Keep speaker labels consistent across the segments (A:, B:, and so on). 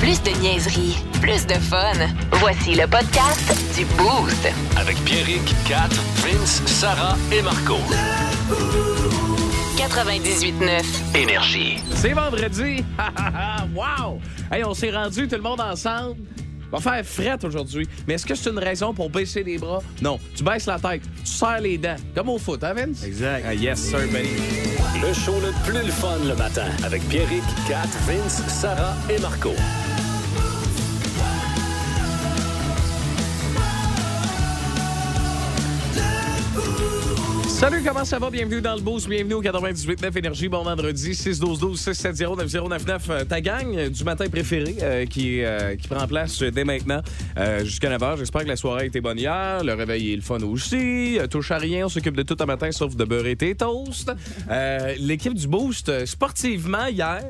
A: Plus de niaiserie, plus de fun. Voici le podcast du Boost.
B: Avec Pierrick, Kat, Vince, Sarah et Marco.
A: 98.9.
B: Énergie.
C: C'est vendredi. wow! Hey, on s'est rendu tout le monde ensemble. On va faire frette aujourd'hui. Mais est-ce que c'est une raison pour baisser les bras? Non. Tu baisses la tête, tu serres les dents. Comme au foot, hein, Vince?
D: Exact.
C: Ah, yes, sir, buddy.
B: Le show le plus le fun le matin. Avec Pierrick, Kat, Vince, Sarah et Marco.
C: Salut, comment ça va? Bienvenue dans le Boost, bienvenue au 98.9 Énergie. Bon vendredi, 612-12-670-9099. Euh, ta gang euh, du matin préférée euh, qui, euh, qui prend place dès maintenant euh, jusqu'à 9h. J'espère que la soirée a été bonne hier. Le réveil est le fun aussi. Euh, touche à rien, on s'occupe de tout un matin sauf de beurrer tes toasts. Euh, L'équipe du Boost, euh, sportivement hier,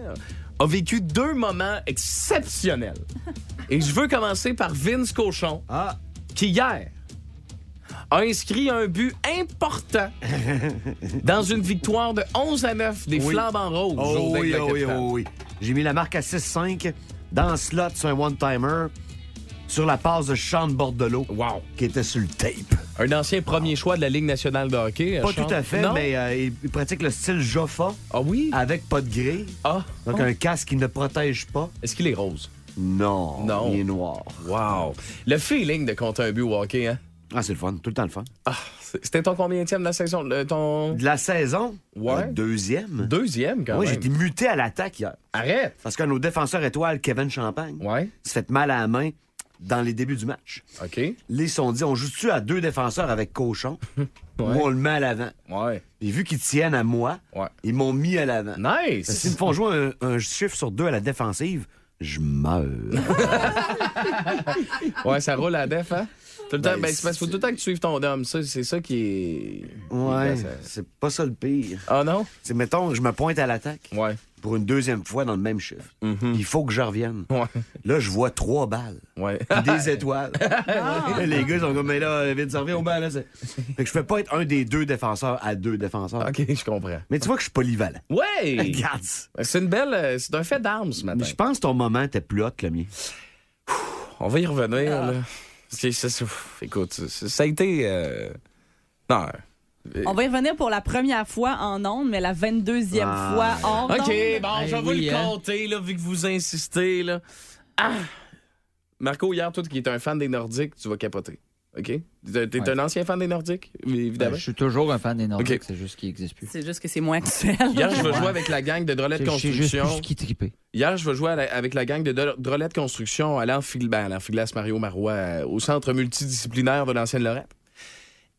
C: a vécu deux moments exceptionnels. Et je veux commencer par Vince Cochon,
D: Ah,
C: qui hier a inscrit un but important dans une victoire de 11 à 9 des
D: Oui.
C: Flambants Roses.
D: oh
C: au Deck
D: oui,
C: de
D: oh oui,
C: Capitale.
D: oh oui. J'ai mis la marque à 6-5 dans le slot sur un one-timer sur la passe de Sean Bordelot
C: Wow.
D: qui était sur le tape.
C: Un ancien premier choix de la Ligue nationale de hockey.
D: Pas
C: Sean.
D: tout à fait,
C: Non?
D: mais euh, il il pratique le style Joffa
C: Ah oui?
D: avec pas de grille.
C: Ah.
D: Donc un casque qui ne protège pas.
C: Est-ce qu'il est rose?
D: Non,
C: Non.
D: il est noir.
C: Wow. Le feeling de compter un but au hockey, hein?
D: Ah, c'est le fun, tout le temps le fun.
C: Ah, c'était ton combien de la saison? Le- ton
D: De la saison,
C: Ouais.
D: le deuxième.
C: deuxième, quand
D: Moi, j'ai
C: même.
D: été muté à l'attaque hier.
C: Arrête!
D: Parce que nos défenseurs étoiles, Kevin Champagne,
C: Ouais.
D: se fait mal à la main dans les débuts du match.
C: OK.
D: Les sont dit, on joue-tu à deux défenseurs avec Cochon ou on le met à l'avant?
C: Ouais.
D: Et vu qu'ils tiennent à moi,
C: Ouais.
D: ils m'ont mis à l'avant. S'ils me
C: Nice!
D: font jouer un, un chiffre sur deux à la défensive, je meurs.
C: Ouais, ça roule à la def, hein? Tout le temps,
D: Ben,
C: ben, c'est parce qu'il faut tout le temps que tu suives ton homme. Ça, c'est ça qui est.
D: ouais,
C: qui est-
D: c'est pas ça le pire.
C: Ah non?
D: C'est, mettons, je me pointe à l'attaque
C: Ouais. Mm-hmm.
D: pour une deuxième fois dans le même chiffre. Il faut que je revienne.
C: Ouais.
D: Là, je vois trois balles.
C: Ouais.
D: puis des étoiles. les gars, ils sont comme, mais là, vite, ça revient au bal. Là, c'est- fait que je peux pas être un des deux défenseurs à deux défenseurs.
C: OK, je comprends.
D: Mais tu vois que je suis polyvalent.
C: Ouais!
D: Regarde ça.
C: C'est une belle. euh, C'est un fait d'armes ce matin.
D: Mais je pense que ton moment était plus hot que le mien.
C: On va y revenir,
E: Ah.
C: là. C'est- c'est- c'est- pff, écoute, c'est- ça a été. euh, Non.
E: On va y revenir pour la première fois en ondes, mais la 22e
D: Ah. Ben
E: fois en ondes.
C: OK, bon, je vais vous
F: oui,
C: le
F: hein.
C: compter, là, vu que vous insistez, là. Ah! Marco, hier, toi qui es un fan des Nordiques, tu vas capoter. OK? T'es t'es
F: Ouais.
C: un ancien fan des Nordiques,
F: Ben,
C: évidemment.
F: je suis toujours un fan des Nordiques,
C: Ok.
F: c'est juste qu'ils n'existent plus.
E: C'est juste que c'est moins actuel.
C: Hier, je vais
F: Ouais.
C: jouer avec la gang de Drolette
F: C'est c'est juste
C: Construction.
F: plus ce qui tripait.
C: Hier, je vais jouer à la- avec la gang de Dol- Drolette Construction à l'enfil- ben, à l'enfilage Mario Marois euh, au centre multidisciplinaire de l'ancienne Lorette.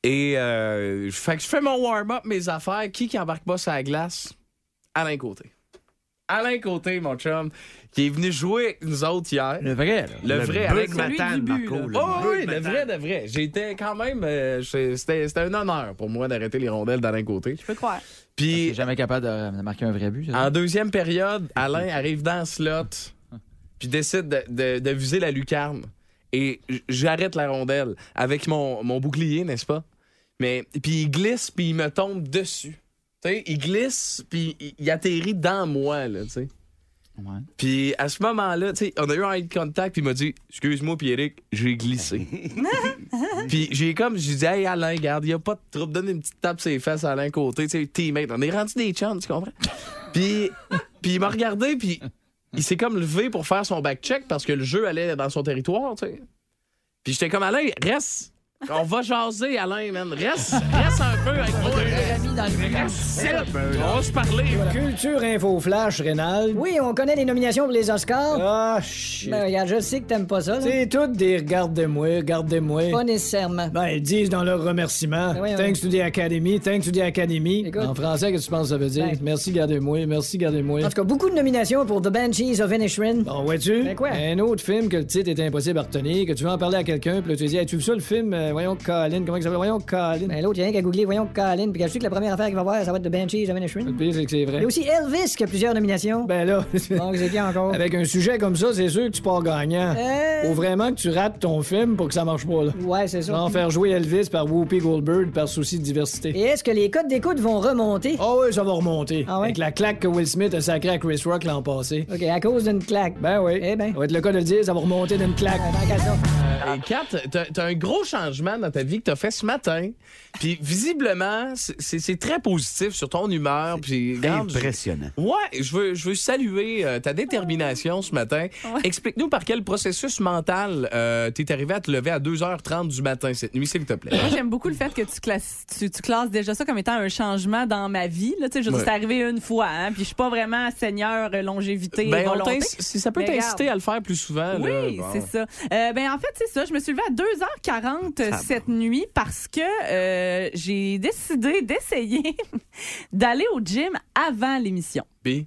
C: Et euh, fait que je fais mon warm-up, mes affaires. Qui qui embarque pas sur la glace? Alain Côté. Alain Côté, mon chum, qui est venu jouer avec nous autres hier.
F: Le vrai, là.
C: Le,
D: bleu
C: vrai Alain
D: de
C: Côté.
E: Celui
D: Matane,
E: du but,
D: Marco,
E: là.
D: le
C: Oh
D: bleu
C: oui,
D: de
C: le
D: Matane.
C: vrai, de vrai. J'étais quand même. euh, je- C'était c'était un honneur pour moi d'arrêter les rondelles d'Alain Côté.
E: Je peux croire.
F: T'es
C: Puis
F: jamais capable de, de marquer un vrai but. c'est ça?
C: en deuxième période, Alain arrive dans le slot, puis décide de, de- de viser la lucarne. Et j- j'arrête la rondelle avec mon, mon bouclier, n'est-ce pas? Mais puis il glisse, puis il me tombe dessus. Tu sais, il glisse, puis il, il atterrit dans moi, là, tu sais.
F: Ouais.
C: Puis à ce moment-là, tu sais, on a eu un eye contact, puis il m'a dit Excuse-moi, Pierrick, j'ai glissé. puis j'ai comme, j'ai dit Hey Alain, garde, y a pas de trouble, donne une petite tape sur les fesses à Alain côté, tu sais, teammate. On est rendu des chums, tu comprends Puis puis il m'a regardé, puis il s'est comme levé pour faire son back-check parce que le jeu allait dans son territoire, tu sais. Puis j'étais comme Alain, reste. On va jaser, Alain, man. Reste, reste un peu avec moi. Reste, On va se parler.
G: Culture info flash, Rénal.
H: Oui, on connaît les nominations pour les Oscars.
G: Ah, shit.
H: Ben, regarde, je sais que t'aimes pas ça. là.
G: C'est tout des regarde-moi, regarde-moi.
H: Pas nécessairement.
G: Ben, ils disent dans leur remerciement.
H: Ouais, ouais.
G: Thanks to the Academy, thanks to the Academy.
H: Écoute.
G: En français, qu'est-ce que tu penses que ça veut dire?
H: Ben.
G: Merci, gardez-moi, merci, gardez-moi.
H: En tout cas, beaucoup de nominations pour The Banshees of Inisherin.
G: Bon, vois-tu?
H: Ben quoi?
G: Un autre film que le titre est impossible à retenir, que tu veux en parler à quelqu'un, puis là, tu lui dis, Hey, tu veux ça le film euh, euh, voyons, Colin, comment il s'appelle? Voyons, Colin.
H: Ben, l'autre, il y a rien qu'à googler, voyons Colin, puis je sais que la première affaire qu'il va voir, ça va être The Banshees of
G: Le
H: Inisherin.
G: pire, c'est que c'est
H: Il
G: vrai.
H: y a aussi Elvis qui a plusieurs nominations.
G: Ben là,
H: Donc, c'est qui encore?
G: avec un sujet comme ça, c'est sûr que tu pars gagnant.
H: Euh,
G: Faut vraiment que tu rates ton film pour que ça marche pas, là.
H: Ouais, c'est ça.
G: Genre faire jouer Elvis par Whoopi Goldberg par souci de diversité.
H: Et est-ce que les codes d'écoute vont remonter?
G: Oh oui, ça va remonter.
H: Ah ouais?
G: Avec la claque que Will Smith a sacrée à Chris Rock l'an passé.
H: OK, à cause d'une claque.
G: Ben oui.
H: Eh ben.
G: Ça va être le cas de le dire, ça va remonter d'une claque.
H: Tant qu'à ça.
C: Euh, Et Kat, t'as t'as un gros changement dans ta vie que t'as fait ce matin. Puis visiblement, c'est- c'est c'est très positif sur ton humeur. Puis regarde, je-
D: Impressionnant.
C: Ouais, je veux, je veux saluer euh, ta détermination ce matin. Explique-nous par quel processus mental euh, t'es arrivé à te lever à 2h30 du matin cette nuit, s'il te plaît.
E: Moi, j'aime beaucoup le fait que tu classes, tu, tu classes déjà ça comme étant un changement dans ma vie. Là, tu sais, je veux dire,
C: Ouais.
E: c'est arrivé une fois, hein, puis je suis pas vraiment seigneur euh, longévité et
C: Ben, on
E: volonté.
C: t'inc- si ça peut
E: Mais
C: t'inciter à le faire plus souvent. là,
E: Oui,
C: bon.
E: c'est ça. Euh, ben en fait, c'est ça. Je me suis levée à
C: Ah
E: 2h40 euh, cette nuit parce que euh, j'ai décidé d'essayer d'aller au gym avant l'émission.
C: Puis,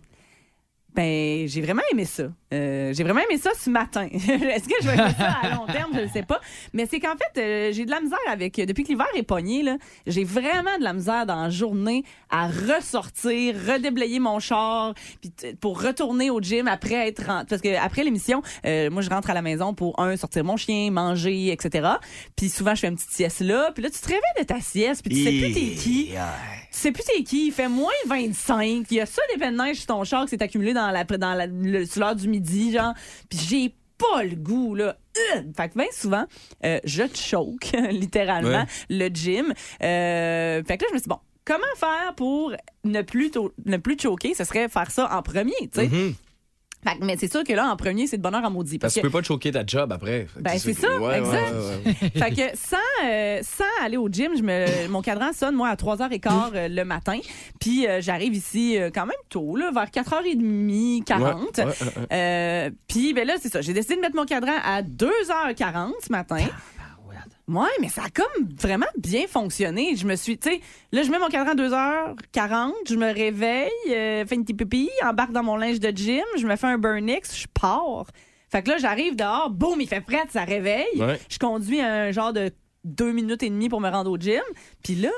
E: Ben, j'ai vraiment aimé ça. Euh, j'ai vraiment aimé ça ce matin. Est-ce que je vais aimer ça à long terme? Je ne sais pas. Mais c'est qu'en fait, euh, j'ai de la misère avec... Depuis que l'hiver est pogné, là, j'ai vraiment de la misère dans la journée à ressortir, redéblayer mon char puis t- pour retourner au gym après être... rentré Parce que après l'émission, euh, moi, je rentre à la maison pour, un, sortir mon chien, manger, etc. Puis souvent, je fais une petite sieste là. Puis là, tu te réveilles de ta sieste puis tu sais plus t'es qui. Tu sais plus t'es qui, il fait moins 25, il y a ça des peines de neige sur ton char qui s'est accumulé dans la, dans la, le- sur l'heure du midi, genre, puis j'ai pas le goût, là. Euh! Fait que bien souvent, euh, je choke, littéralement,
C: Ouais.
E: le gym. Euh, fait que là, je me suis dit, bon, comment faire pour ne plus, to- ne plus choquer? Ce serait faire ça en premier, tu sais. Fait que- mais c'est sûr que là, en premier, c'est de bonheur en maudit.
C: Mm-hmm.
E: Parce
C: parce que
E: que
C: tu peux pas te choquer ta job après. Fait que
E: Ben, c'est ça,
C: ouais,
E: exact.
C: ouais, ouais,
E: fait
C: ouais.
E: que sans, euh, sans aller au gym, je me, mon cadran sonne, moi, à 3h15 euh, le matin. Puis euh, j'arrive ici euh, quand même tôt, là, vers 4h30, 40.
C: Ouais, ouais, ouais.
E: Euh, puis ben là, c'est ça. J'ai décidé de mettre mon cadran à 2h40 ce matin. Ouais, mais ça a comme vraiment bien fonctionné. Je me suis, tu sais, là, je mets mon cadran à 2h40, je me réveille, euh, fais une petite pipi, embarque dans mon linge de gym, je me fais un Burnix, je pars. Fait que là, j'arrive dehors, boum, il fait prête, ça réveille.
C: Ouais.
E: Je conduis un genre de deux minutes et demie pour me rendre au gym. Puis là,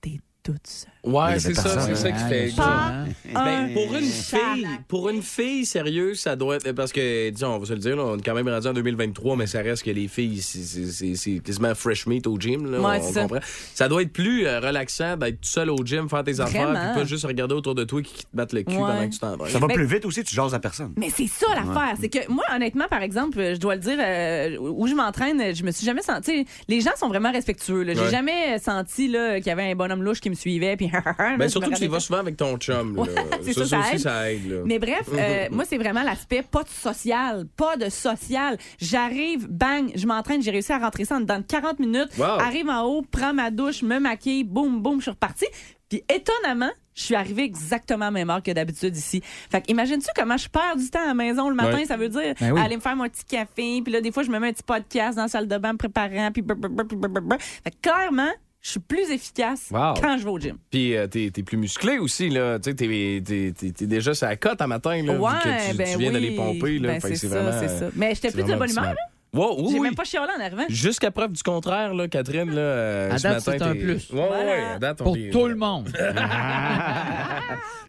E: t'es toute seule.
D: y
C: Ouais,
D: avait
C: c'est ça,
D: personne,
C: c'est ça qui
F: hein,
C: fait.
F: le
E: Pas
F: Hein?
E: un
C: Ben, pour une
E: chat.
C: fille, pour une fille sérieuse, ça doit être parce que disons, on va se le dire, là, on est quand même rendu en 2023, mais ça reste que les filles, c'est- c'est- c'est c'est quasiment fresh meat au gym, là,
E: Ouais,
C: on,
E: c'est
C: on
E: ça.
C: comprend. Ça doit être plus euh, relaxant d'être tout seul au gym, faire tes affaires,
E: Vraiment.
C: puis pas juste regarder autour de toi qui, qui te battent le cul
E: Ouais.
C: pendant que tu t'en vas.
D: Ça va
E: Mais-
D: plus vite aussi, tu jases à personne.
E: Mais c'est ça l'affaire. C'est que moi, honnêtement, par exemple, euh, je dois le dire, euh, où je m'entraîne, je me suis jamais senti. Les gens sont vraiment respectueux. là. J'ai
C: Ouais.
E: jamais senti là, qu'il y avait un bonhomme louche qui me suivait. Puis, je me
C: Ben, surtout que tu y
E: regardais
C: vas souvent avec ton chum. là.
E: Ouais, c'est ça, ça
C: aussi,
E: aide.
C: Euh, ça aide. là.
E: Mais bref, euh, moi, c'est vraiment l'aspect pas de social. Pas de social. J'arrive, bang, je m'entraîne, j'ai réussi à rentrer ça en dedans de 40 minutes.
C: Wow.
E: Arrive en haut, prends ma douche, me maquille, boum, boum, je suis repartie. Puis étonnamment, je suis arrivée exactement à la même heure que d'habitude ici. Fait que imagines-tu comment je perds du temps à la maison le matin?
C: Ouais.
E: Ça veut dire
F: Ben oui.
E: aller me faire mon petit café, puis là, des fois, je me mets un petit podcast dans la salle de bain en me préparant, puis brr, brr, brr, brr, brr, brr. Fait que clairement, je suis plus efficace
C: Wow.
E: quand je vais au gym.
C: Puis euh, t'es t'es plus musclé aussi, là. Tu sais, t'es- t'es t'es- t'es déjà sur la cote à matin, là. vu
E: Ouais,
C: que tu,
E: ben
C: tu viens
E: oui.
C: d'aller pomper, là.
E: Ben,
C: Fait que
E: c'est ça,
C: vraiment, euh,
E: c'est ça. Mais j'étais
C: c'est
E: plus de
C: vraiment
E: bonne humeur,
C: smart. Wow, oui,
E: J'ai
C: oui.
E: même pas chialé en arrivant.
C: Jusqu'à preuve du contraire, là, Catherine, là, euh,
F: Hein? À
C: ce
F: date,
C: matin,
F: c'est un
C: t'es-
F: plus.
C: Ouais, ouais,
E: Voilà.
C: ouais, à date, on
F: Pour
C: est-
F: tout le monde.
C: Ah.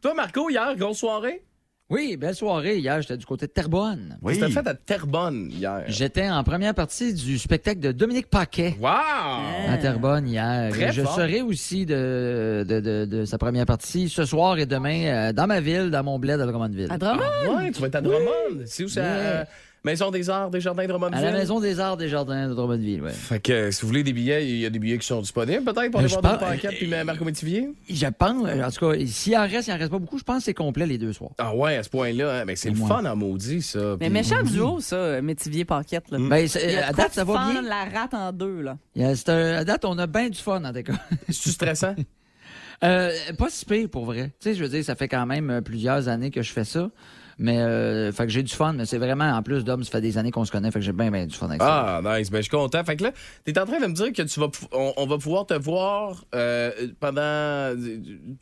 C: Toi, Marco, hier, grosse soirée.
F: Oui, belle soirée. Hier, j'étais du côté de Terrebonne.
D: Oui.
C: C'était fait à Terrebonne hier.
F: J'étais en première partie du spectacle de Dominique Paquet.
C: Wow!
F: à Terrebonne hier.
C: Très
F: Et je
C: fort.
F: serai aussi de, de, de, de sa première partie ce soir et demain euh, dans ma ville, dans mon bled à Drummondville.
E: À Drummond?
C: Ah Ouais, tu vas être à Drummond. C'est où ça?
F: Yeah.
C: euh, Maison des Arts, des Jardins de Drummondville.
F: À la Maison des Arts des Jardins de Drummondville, ouais.
C: Fait que euh, si vous voulez des billets, il y a des billets qui sont disponibles peut-être pour
F: Euh,
C: aller
F: je
C: voir Dominique
F: pense-
C: Paquette puis euh, Marco Métivier.
F: Je pense, euh, en tout cas, s'il en reste, il en reste pas beaucoup. Je pense que c'est complet les deux soirs.
C: Ah ouais, à ce point-là, hein, ben, c'est le
F: Ouais.
C: fun en maudit, ça.
E: Mais
C: Puis-
E: méchant duo, ça, Métivier Paquette. Là.
F: Ben, c'est-
I: euh,
E: Il y a de
F: à
E: quoi
F: date, ça
E: de
F: va
E: fendre
F: bien.
E: la rate en deux, là.
F: Il y a- c'est un- à date, on a bien du fun, en tout cas.
C: C'est-tu stressant?
F: Euh, pas si pire, pour vrai. Tu sais, je veux dire, ça fait quand même euh, plusieurs années que je fais ça. Mais euh, fait que j'ai du fun, mais c'est vraiment, en plus, Dom, ça fait des années qu'on se connaît, fait que j'ai bien, bien du fun avec ça.
C: Ah, nice. Ben, je suis content. Fait que là, t'es en train de me dire que tu vas, pou- on, on va pouvoir te voir euh, pendant euh,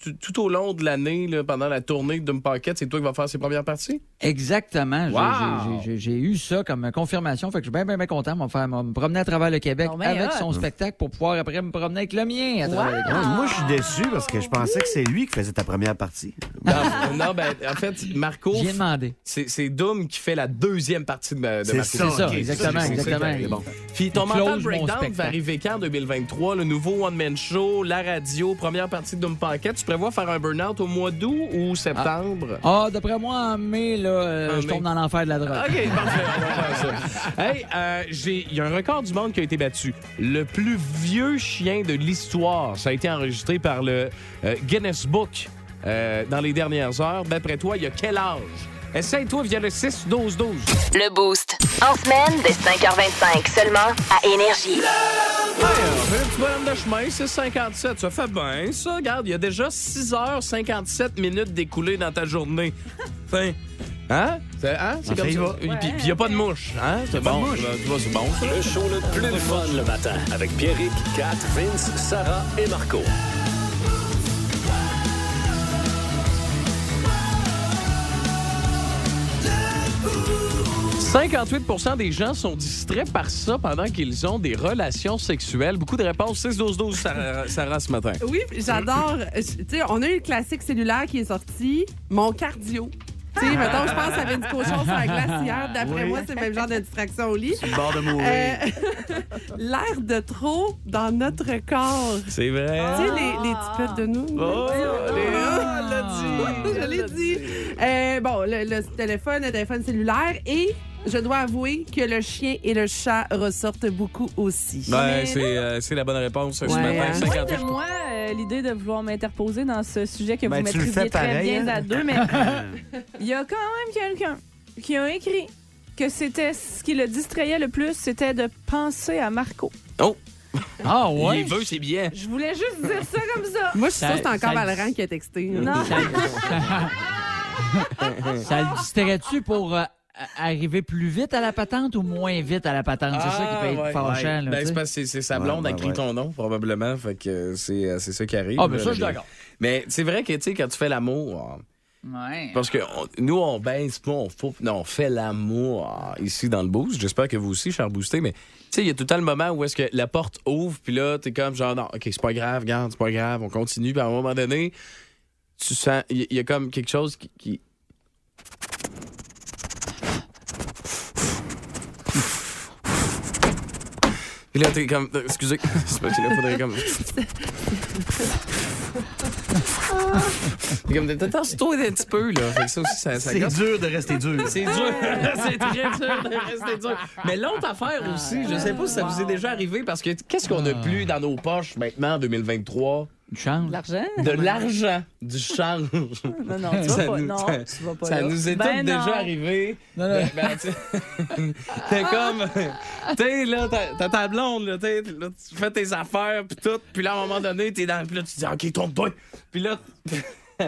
C: tout, tout au long de l'année, là, pendant la tournée de Doom Pocket. C'est toi qui vas faire ses premières parties?
F: Exactement. J'ai-
C: Wow!
F: J'ai j'ai- j'ai eu ça comme confirmation, fait que je suis bien, bien, bien content. On va, me faire, on va me promener à travers le Québec
E: Bon, ben,
F: avec
E: hot.
C: Hum.
F: son spectacle pour pouvoir après me promener avec le mien à travers le Québec. Ah.
D: Ouais, moi, je suis déçu parce que je pensais que c'est lui qui faisait ta première partie.
C: Non, non, ben, en fait, Marco,
F: J'ai demandé.
C: c'est, c'est Doom qui fait la deuxième partie de, ma- de
D: C'est
C: Marco.
D: ça,
F: C'est ça,
D: ok,
F: exactement,
D: c'est- c'est- c'est-
F: exactement.
D: c'est bon.
C: Puis ton
F: Il
C: mental
F: close mon
C: breakdown va
F: spectacle.
C: arriver quand en 2023? Le nouveau one-man show, la radio, première partie de Doom Pocket. Tu prévois faire un burn-out au mois d'août ou septembre?
F: Ah, d'après moi, en mai, là, euh,
C: En
F: je
C: mai.
F: tombe dans l'enfer de la drogue.
C: OK, parfait. on va faire ça. Hey, euh, j'ai- il y a un record du monde qui a été battu. Le plus vieux chien de l'histoire. Ça a été enregistré par le euh, Guinness Book euh, dans les dernières heures. D'après toi, il y a quel âge? Essaye-toi via le 6-12-12.
A: Le Boost. En semaine, dès 5h25, seulement à Énergie.
C: Ouais, on fait un petit bonhomme de chemin, 6,57. Ça fait bien, ça. Regarde, il y a déjà 6h57 minutes d'écoulées dans ta journée. Fin. Hein? C'est hein? C'est
D: Ah,
C: comme
D: ça y
C: ça.
D: va.
C: Puis puis il n'y a pas de mouche. Hein? C'est bon. Tu vois, c'est bon, ça.
B: Le show le plus le fun le matin avec Pierrick, Kat, Vince, Sarah et Marco.
C: « 58 des gens sont distraits par ça pendant qu'ils ont des relations sexuelles. Beaucoup de réponses. 6-12-12, Sarah, Sarah, ce matin.
I: Oui, j'adore. Euh, Tu sais, on a eu le classique cellulaire qui est sorti, mon cardio. Tu sais, mettons, je pense à Vince Cochon sur la glace hier. D'après
D: Oui.
I: moi, c'est le même genre de distraction au lit.
D: Sur le bord de mourir.
I: Euh, L'air de trop dans notre corps.
C: C'est vrai.
I: Tu sais, les, les petites pètes de nous.
C: Oh, Léa l'a dit.
I: Je l'ai dit. Euh, bon, le, le téléphone, le téléphone cellulaire et je dois avouer que le chien et le chat ressortent beaucoup aussi.
C: Ben, c'est euh, c'est la bonne réponse ce
I: Ouais,
C: matin.
I: hein.
C: 58
E: de moi euh, l'idée de vouloir m'interposer dans ce sujet que
D: Ben,
E: vous
D: tu le
E: maîtrisiez
D: fais
E: très
D: pareil,
E: bien
D: hein.
E: à deux, mais il y a quand même quelqu'un qui a écrit que c'était ce qui le distrayait le plus, c'était de penser à Marco.
F: Ah,
C: Oh! Il
F: ouais?
C: veut ses billets.
E: Je voulais juste dire ça comme ça.
I: Moi, je suis
F: Ça-
I: sûre que c'est encore
F: ça-
I: Valérand qui a texté.
E: Non,
F: Ça le distrait-tu pour euh, a- arriver plus vite à la patente ou moins vite à la patente? C'est ça qui peut être
C: Ah, ouais.
F: fâchant. là,
C: Ben,
F: tu
C: c'est
F: sais.
C: parce que c'est- c'est sa blonde
D: Ouais,
C: a
D: ouais,
C: écrit
D: ouais.
C: ton nom, probablement. Fait que euh, c'est euh, c'est ça qui arrive.
F: Ah, ben ça, je suis d'accord.
C: Mais c'est vrai que, tu sais, quand tu fais l'amour,
F: Ouais.
C: Parce que on- nous, on baisse pas, on, fout- non, on fait l'amour ah, ici dans le boost. J'espère que vous aussi, cher boosté. Mais tu sais, il y a tout le temps le moment où est-ce que la porte ouvre, puis là, t'es comme genre, non, OK, c'est pas grave, garde, c'est pas grave, on continue. Puis à un moment donné, tu sens, il y, il y a comme quelque chose qui. qui- Puis là, t'es comme, excusez, c'est parce que là, faudrait comme. T'es comme, t'attends, c'est toi un petit peu, là. Fait que ça aussi, ça, ça
D: C'est
C: gosse.
D: dur de rester dur.
C: C'est dur. c'est très dur de rester dur. Mais l'autre affaire aussi, je sais pas si ça vous est déjà arrivé parce que qu'est-ce qu'on a plus dans nos poches maintenant en 2023
F: Une chance.
E: l'argent.
C: De l'argent, du change.
E: Hein? Non, non, tu
C: Ça
E: vas pas.
C: nous-
E: non,
C: ça-
E: tu vas pas
C: Ça
E: là.
C: nous est
E: Ben
C: tout
E: non.
C: déjà arrivé. Ben, ben, tu- T'es comme. T'es là, t'as t'as ta blonde, là, t'es- là, tu fais tes affaires, puis tout. Puis là, à un moment donné, t'es dans. Puis là, tu dis, OK, tombe-toi. Puis là.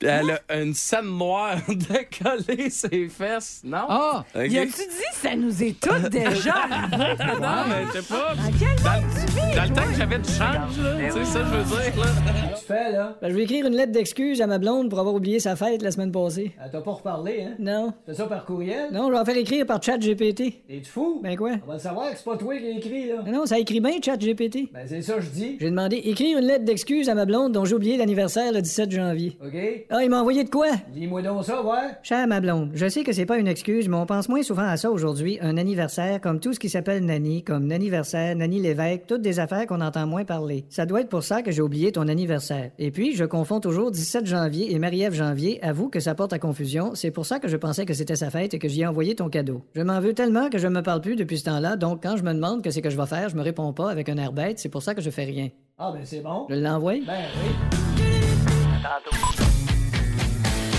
C: Puis elle a une scène noire de coller ses fesses, non?
F: Ah!
C: Ok.
E: Y a-tu dit ça nous est toutes déjà arrivé?
C: Non, ben, mais je sais pas.
E: À quel
C: Dans,
E: monde tu vis?
C: dans le temps que j'avais du change, là. Tu sais, ça, je veux dire, là.
H: Ben, je vais écrire une lettre d'excuse à ma blonde pour avoir oublié sa fête la semaine passée.
G: Ah, Elle t'a pas reparlé, hein?
H: Non.
G: Fais ça par courriel?
H: Non, je vais en faire écrire par chat GPT.
G: T'es-tu fou? Ah,
H: Ben quoi?
G: On va le savoir que c'est pas toi qui l'as écrit, là.
H: Non, non, ça écrit bien chat GPT.
G: Ben, c'est ça que je dis.
H: J'ai demandé écrire une lettre d'excuse à ma blonde dont j'ai oublié l'anniversaire le 17 janvier.
G: OK?
H: Ah, il m'a envoyé de quoi?
G: Lis-moi donc ça, ouais?
H: Chère ma blonde, je sais que c'est pas une excuse, mais on pense moins souvent à ça aujourd'hui. Un anniversaire, comme tout ce qui s'appelle Nani, comme Nanniversaire, Nani l'évêque, toutes des affaires qu'on entend moins parler. Ça doit être pour ça que j'ai oublié ton anniversaire. Et puis, je confonds toujours 17 janvier et Marie-Ève janvier. Avoue que ça porte à confusion. C'est pour ça que je pensais que c'était sa fête et que j'y ai envoyé ton cadeau. Je m'en veux tellement que je me parle plus depuis ce temps-là, donc quand je me demande que c'est que je vais faire, je me réponds pas avec un air bête. C'est pour ça que je fais rien.
G: Ah, ben, c'est bon.
H: Je l'envoie?
G: Ben, oui.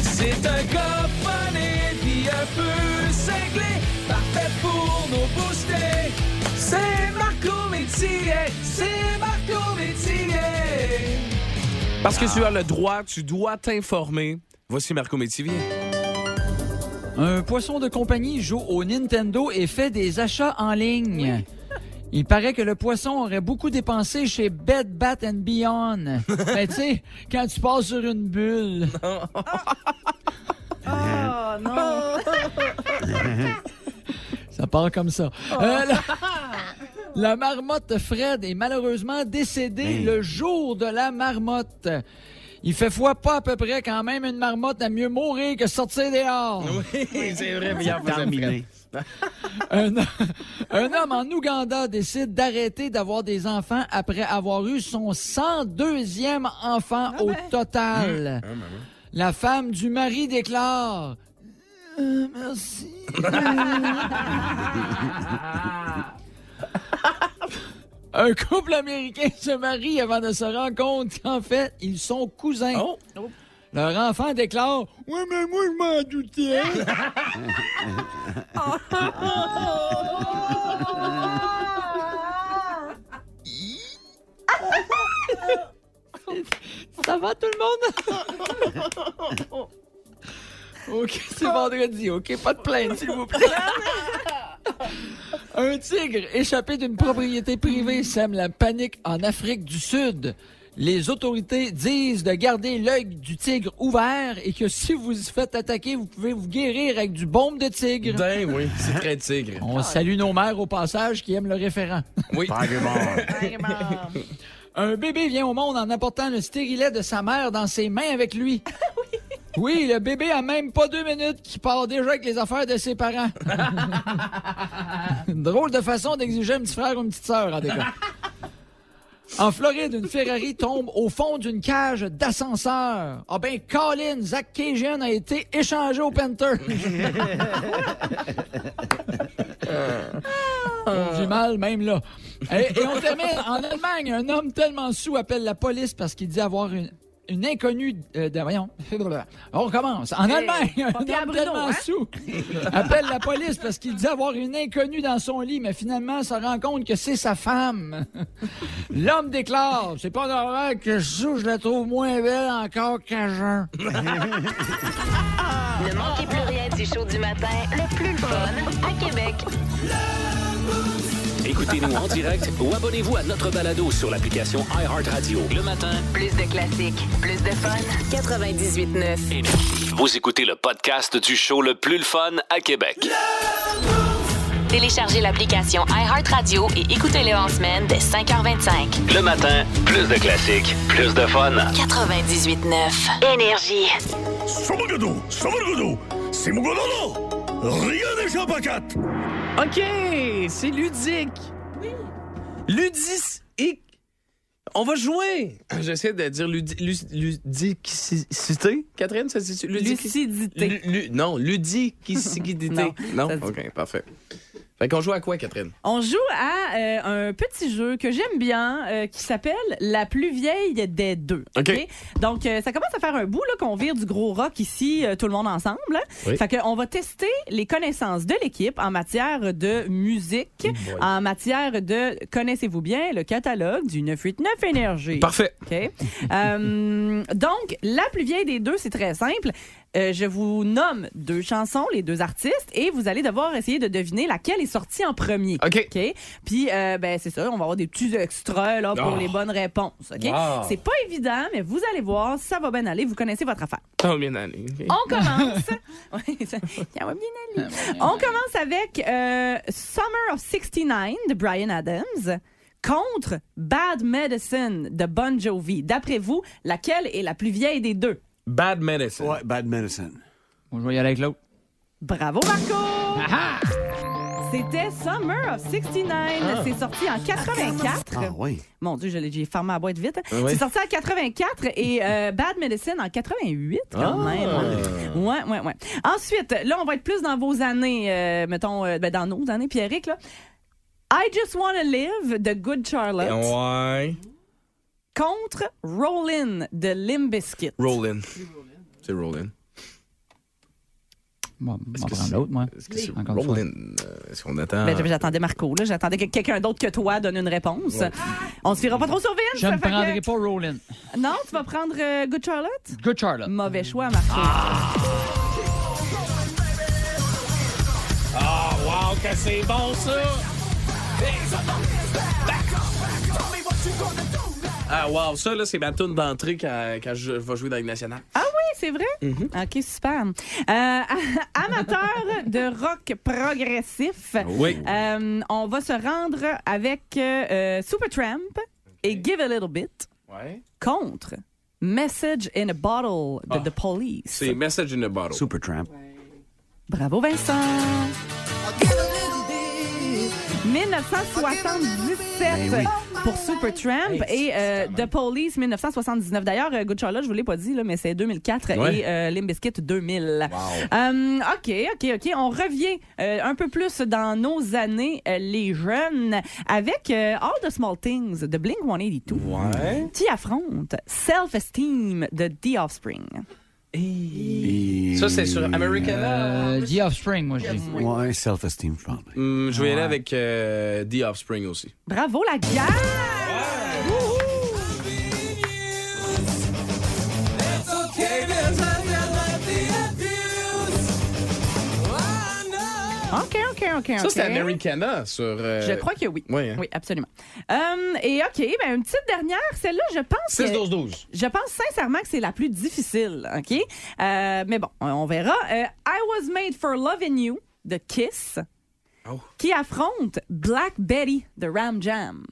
C: C'est un gars funny, puis un peu cinglé. Parfait pour nos booster. C'est Marco Métier. C'est Marco Métier.
E: Ah!
C: Parce que tu as le droit, tu dois t'informer. Voici Marco Métivier.
F: Un poisson de compagnie joue au Nintendo et fait des achats en ligne. Il paraît que le poisson aurait beaucoup dépensé chez Bed Bath and Beyond. Mais tu sais, quand tu passes sur une bulle.
E: Oh non!
F: Ça part comme ça.
C: Oh.
F: Euh, la... la marmotte Fred est malheureusement
C: Ben.
F: décédée le jour de la marmotte. Il fait foi pas à peu près quand même une marmotte a mieux mourir que sortir dehors.
C: Oui, c'est vrai, mais
D: Terminé.
F: Un, un homme en Ouganda décide d'arrêter d'avoir des enfants après avoir eu son 102e enfant
J: Ah
F: au total.
J: Hein?
F: La femme du mari déclare Euh, Merci. Un couple américain se marie avant de se rendre compte qu'en fait, ils sont cousins.
J: Oh.
F: Oh. Leur enfant déclare Oui, mais moi, je m'en doutais. Ça va tout le monde? OK, c'est vendredi, OK? Pas de plainte, s'il vous plaît. Un tigre échappé d'une propriété privée sème la panique en Afrique du Sud. Les autorités disent de garder l'œil du tigre ouvert et que si vous vous faites attaquer, vous pouvez vous guérir avec du baume de tigre.
C: Dingue, Ben oui, c'est très tigre.
F: On salue nos mères au passage qui aiment le référent.
C: Oui.
F: Un bébé vient au monde en apportant le stérilet de sa mère dans ses mains avec lui. Oui, le bébé a même pas deux minutes qui part déjà avec les affaires de ses parents. une drôle de façon d'exiger un petit frère ou une petite sœur, en tout cas. En Floride, une Ferrari tombe au fond d'une cage d'ascenseur. Ah ben, Colin, Zach Cajun a été échangé au Panther. J'ai mal, même là. Et, et on termine en Allemagne. Un homme tellement sous appelle la police parce qu'il dit avoir une, une inconnue. euh, de- voyons. On recommence. En Allemagne, un
E: pas Pierre
F: homme
E: Bruno,
F: tellement
E: hein?
F: sous appelle la police parce qu'il dit avoir une inconnue dans son lit, mais finalement se rend compte que c'est sa femme. L'homme déclare C'est pas normal que sous, je la trouve moins belle encore qu'à jeun.
A: Ne manquez plus rien du show du matin, le plus le fun à Québec.
B: Écoutez-nous en direct ou abonnez-vous à notre balado sur l'application iHeartRadio. Le matin,
A: Plus de classiques, plus de fun. 98.9.
B: énergie. Vous écoutez le podcast du show le plus le fun à Québec.
A: Téléchargez l'application iHeartRadio et écoutez-le en semaine dès 5h25.
B: Le matin, plus de classiques, plus de fun.
A: 98.9. Énergie.
C: OK, c'est ludique. Oui. Ludique. On va jouer. J'essaie de dire ludi- lu- ludicité. Catherine, ça se dit ludique.
E: Lucidité.
C: Non, ludiquicité. non,
E: ça se dit.
C: OK, parfait. Fait qu'on joue à quoi, Catherine?
E: On joue à euh, un petit jeu que j'aime bien euh, qui s'appelle La plus vieille des deux.
C: OK.
E: OK? Donc, euh, ça commence à faire un bout là, qu'on vire du gros rock ici, euh, tout le monde ensemble. hein.
C: Oui.
E: Fait qu'on va tester les connaissances de l'équipe en matière de musique, en matière de connaissez-vous bien le catalogue du 989 Énergie.
C: Parfait.
E: OK? Euh, donc, la plus vieille des deux, c'est très simple. Euh, je vous nomme deux chansons, les deux artistes, et vous allez devoir essayer de deviner laquelle est sortie en premier.
C: OK.
E: OK? Puis, euh, ben, c'est ça, on va avoir des petits extraits là, pour
C: Oh.
E: les bonnes réponses. OK?
C: Wow.
E: C'est pas évident, mais vous allez voir, ça va bien aller, vous connaissez votre affaire.
C: Ça va bien aller.
E: On commence. Ouais, ça- ça va bien
C: Ah,
E: aller. On commence avec euh, Summer of 69 de Brian Adams contre Bad Medicine de Bon Jovi. D'après vous, laquelle est la plus vieille des deux?
C: Bad medicine.
D: Ouais, Bad Medicine.
F: Bon, je vais y aller avec l'autre. Ah,
E: Bravo, Marco! C'était Summer of 69. C'est sorti en 84.
D: Ah oui.
E: Mon Dieu, je l'ai- j'ai fermé la boîte vite. hein.
C: oui.
E: C'est sorti en 84 et euh, Bad Medicine en 88 quand
D: Ah.
B: Ah.
E: même.
C: hein.
E: Ouais, ouais, ouais. Ensuite, là, on va être plus dans vos années, euh, mettons, euh, ben, dans nos années, Pierrick, là. I Just Wanna Live de Good
D: Eh,
E: Charlotte
C: Ouais.
E: contre Rollin de Limbiskit.
C: Rollin. C'est Rollin.
F: Bon, on
C: que
F: va prendre
C: c'est-
F: l'autre, moi.
C: Est-ce que c'est
F: Encore une fois.
C: Rollin? Euh, Est-ce qu'on attend?
E: Ben, J'attendais Marco, là. J'attendais que quelqu'un d'autre que toi donne une réponse. On se fiera pas trop sur Vince.
F: Je
E: ça
F: ne
E: fait que-
F: prendrai pas Roland.
E: Non, tu vas prendre euh, Good Charlotte?
D: Ah.
F: Good Charlotte.
E: Mauvais choix, Marco.
B: Ah, que c'est bon, ça! Ah, wow, ça, là, c'est ma tune d'entrée quand, quand je vais jouer dans les nationale.
E: Ah oui, c'est vrai? OK, super. Euh, amateur de rock progressif,
B: Oui.
E: euh, on va se rendre avec euh, Supertramp et Give a Little Bit
C: Ouais.
E: contre Message in a Bottle de The Police.
C: Ah. C'est Message in a Bottle.
D: Super Tramp.
E: Bravo, Vincent!
C: Ben
E: 1977 pour Supertramp et euh, The Police 1979. D'ailleurs, euh, Good Charlotte, je vous l'ai pas dit, là, mais c'est 2004
C: Ouais.
E: et euh, Limp Bizkit 2000. Euh, OK, OK, OK. On revient euh, un peu plus dans nos années, euh, les jeunes, avec euh, All the Small Things de Blink 182
C: Ouais.
E: qui affronte Self-Esteem de The Offspring.
C: Ça, c'est sur Americana.
E: Ah,
F: Euh, The Offspring, moi, je dis.
D: Ouais, self-esteem, je pense.
C: Hum, je vais y aller avec euh, The Offspring aussi.
E: Bravo, la guerre! OK, OK, OK.
C: Ça, c'est
E: OK.
C: Americana sur. euh,
E: Je crois que oui.
C: oui, hein.
E: Oui, absolument. Hum, et OK, ben une petite dernière. Celle-là, je pense que-
C: 6-12-12.
E: Je pense sincèrement que c'est la plus difficile, OK? Euh, mais bon, on verra. Euh, I Was Made for Loving You de Kiss
C: Oh.
E: qui affronte Black Betty de Ram Jam.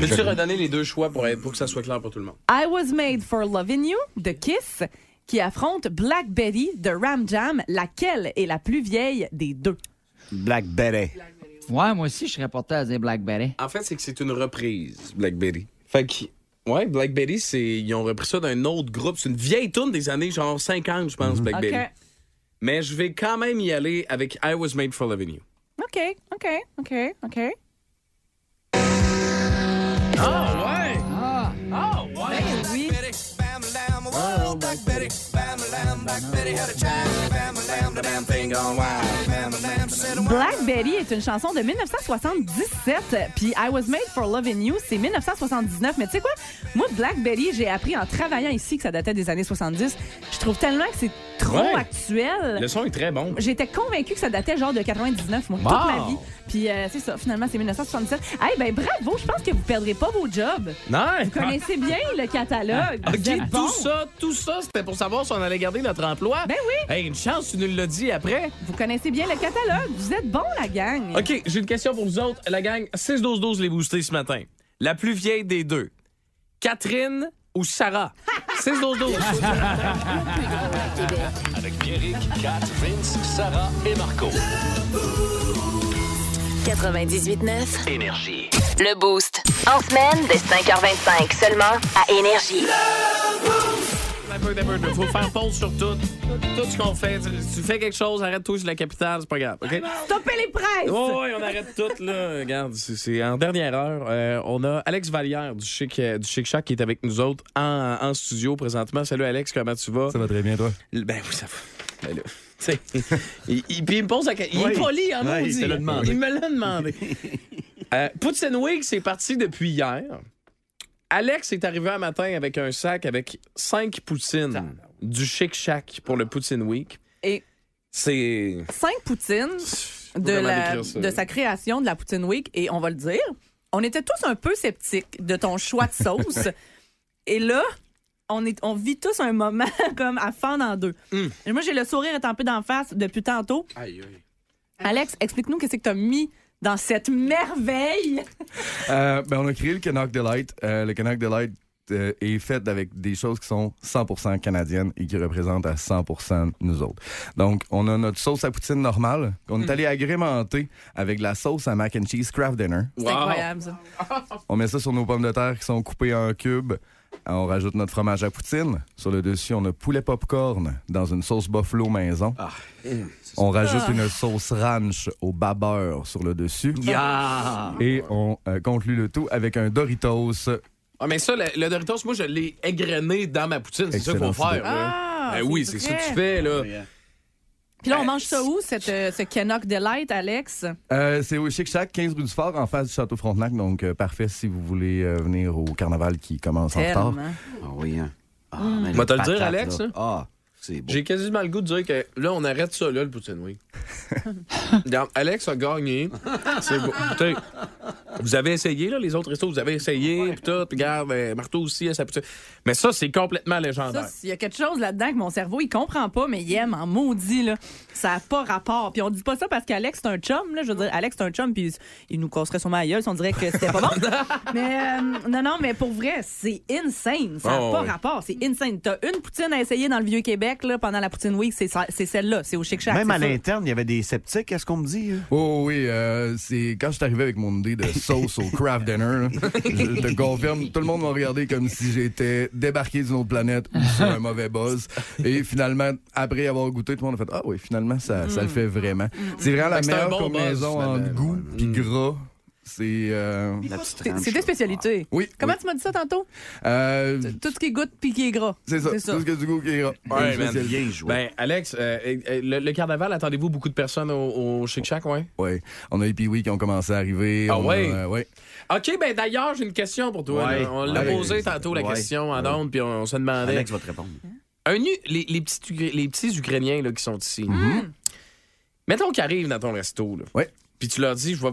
C: Peux-tu redonner les deux choix pour, être, pour que ça soit clair pour tout le monde?
E: I Was Made for Loving You de Kiss qui affronte Black Betty de Ram Jam, laquelle est la plus vieille des deux.
D: Black Beret.
F: Ouais, moi aussi, je serais porté à dire Blackberry.
C: En fait, c'est que c'est une reprise, Blackberry. Fait que. Ouais, Blackberry, c'est. Ils ont repris ça d'un autre groupe. C'est une vieille tune des années genre 50, je
E: Mhm.
C: pense, Blackberry.
E: OK.
C: Mais je vais quand même y aller avec I Was Made for Loving You.
E: OK, OK, OK, OK. Black Betty est une chanson de 1977, puis I Was Made for Loving You, c'est 1979. Mais tu sais quoi? Moi, Black Betty, j'ai appris en travaillant ici que ça datait des années 70. Je trouve tellement que c'est trop
C: Ouais.
E: actuel.
C: Le son est très bon.
E: J'étais convaincue que ça datait genre de 99, moi, toute ma vie. Puis euh, c'est ça, finalement, c'est 1977. Hey, ben bravo, je pense que vous perdrez pas vos jobs.
C: Non!
E: Vous connaissez bien le catalogue.
C: Ah, OK,
E: Vous êtes
C: tout
E: bons.
C: ça, tout ça, c'était pour savoir si on allait garder notre emploi.
E: Ben oui,
C: Hey, une chance, tu nous l'as dit après.
E: vous connaissez bien le catalogue. Vous êtes bons, la gang.
C: OK, j'ai une question pour vous autres. La gang, 6-12-12 les boostés ce matin. La plus vieille des deux, Catherine ou Sarah? 6-12-12.
B: Avec Pierrick, Kat, Vince, Sarah et Marco.
A: 98.9.
B: Énergie.
A: Le Boost. En semaine, dès 5h25 seulement à Énergie.
C: Un peu, un peu, un peu. Faut faire pause sur tout. Tout ce qu'on fait. Tu, tu fais quelque chose, arrête-toi sur la capitale, c'est pas grave. OK?
E: Stoppez les presses.
C: Ouais, ouais, on arrête tout, là. Regarde, c'est- c'est en dernière heure. euh, on a Alex Vallière du Chic, euh, du Chic Shack qui est avec nous autres en, en studio présentement. Salut, Alex, comment tu vas?
K: Ça va très bien, toi.
C: Ben oui, ça va. Ben là, tu sais, il, il- puis il me pose la question. Il est
D: Oui.
C: poli, en
D: Ouais, il
C: maudit.
D: te l'a demandé.
C: Il me l'a demandé. euh, Puts and Wig, c'est parti depuis hier. Alex est arrivé un matin avec un sac avec cinq poutines du Chic Shack pour le Poutine Week.
E: Et-
C: C'est.
E: Cinq poutines de,
C: Comment
E: la-
C: décrire ça?
E: de sa création de la Poutine Week. Et on va le dire, on était tous un peu sceptiques de ton choix de sauce. et là, on, est, on vit tous un moment comme à fendre en deux. Et moi, j'ai le sourire étampé d'en face depuis tantôt.
C: Mm. Aïe, aïe.
E: Alex, explique-nous qu'est-ce que t'as mis dans cette merveille.
K: Euh, ben, on a créé le Canuck Delight. Euh, le Canuck Delight euh, est fait avec des choses qui sont 100% canadiennes et qui représentent à 100% nous autres. Donc, on a notre sauce à poutine normale qu'on
E: Mhm.
K: est allé agrémenter avec de la sauce à mac and cheese Kraft Dinner.
E: C'est
C: Wow.
E: incroyable, ça.
K: On met ça sur nos pommes de terre qui sont coupées en cubes. Euh, On rajoute notre fromage à poutine. Sur le dessus, on a poulet popcorn dans une sauce buffalo maison.
E: Ah.
C: Euh,
K: on rajoute une sauce ranch au babeur sur le dessus.
C: Yeah!
K: Et on euh, conclut le tout avec un Doritos.
C: Ah, mais ça, le, le Doritos, moi, je l'ai égrené dans ma poutine. C'est ça qu'il faut
K: Excellent
C: faire.
K: idée.
C: là.
E: Ah,
C: ben
E: c'est
C: oui, c'est ça que
E: vrai. Oh,
C: tu fais, là.
E: Puis là, on mange ça où, cette, euh, ce Kenok Delight, Alex?
K: Euh, c'est au Chic Shack, 15 rue du Fort, en face du Château Frontenac. Donc, euh, parfait si vous voulez euh, venir au carnaval qui commence en retard.
E: Tellement.
D: Ah oui, hein. Ah, mais
K: Mm.
C: Va te le
D: patate,
C: dire, Alex,
D: là.
C: hein?
D: Ah, c'est beau.
C: J'ai quasiment le goût de dire que là, on arrête ça, là, le Poutine, oui. Donc, Alex a gagné. C'est beau. Écoutez, vous avez essayé, là, les autres restos, vous avez essayé, puis tout, puis regarde, euh, Marteau aussi, elle s'appuie dessus. Mais ça, c'est complètement légendaire.
E: Ça, il y a quelque chose là-dedans que mon cerveau, il comprend pas, mais il aime en maudit, là. Ça n'a pas rapport. Puis on dit pas ça parce qu'Alex, c'est un chum, là. Je veux dire, Alex, c'est un chum, puis il nous casserait son ma gueule si on dirait que c'était pas bon. mais euh, non, non, mais pour vrai, c'est insane. Ça n'a
C: Oh,
E: pas
C: oui.
E: rapport. C'est insane. T'as une poutine à essayer dans le Vieux-Québec, là, pendant la poutine week, c'est ça- c'est celle-là. C'est au Chic Shack.
D: Même
E: c'est
D: à
E: ça.
D: l'interne, il y avait des sceptiques, est-ce qu'on me dit? hein?
K: Oh oui, euh, c'est quand je suis arrivé avec mon idée de sauce au craft dinner, là, je te confirme, tout le monde m'a regardé comme si j'étais débarqué d'une autre planète ou sur un mauvais buzz. Et finalement, après avoir goûté, tout le monde a fait Ah oui, finalement, ça, ça le fait vraiment. C'est vraiment la
C: Fait que Ben, c'est un
K: meilleure
C: bon buzz,
K: combinaison en
C: finalement. Mm.
K: goût puis gras. C'est. euh,
D: La petite
E: C'est-
D: ranch.
E: C'est tes spécialités.
C: Ah,
K: Oui.
E: Comment
K: oui.
E: tu m'as dit ça tantôt?
K: Euh,
E: Tout ce qui goûte puis qui est gras.
K: c'est ça. Tout ce que du goût qui est gras.
C: Ouais,
K: Une
C: man.
K: spécialité.
D: Bien joué.
C: Ben, Alex, euh, euh, le, le carnaval, attendez-vous beaucoup de personnes au, au Chic Shack, ouais?
K: Ouais. On a les Pee-Wee qui ont commencé à arriver.
C: Ah
K: On a-
C: ouais?
K: euh, ouais.
C: OK, ben d'ailleurs, j'ai une question pour toi.
D: Ouais.
C: là. On l'a
K: Ouais.
C: posé tantôt, la
D: Ouais.
C: question en ondes, puis on, on se demandait.
D: Alex va te répondre.
C: Un nu- les, les petits, Ukra- les petits Ukrainiens là, qui sont ici,
E: Mm.
C: mettons qu'ils arrivent dans ton resto, là,
K: Mm-hmm. Ouais.
C: puis tu leur dis, je vais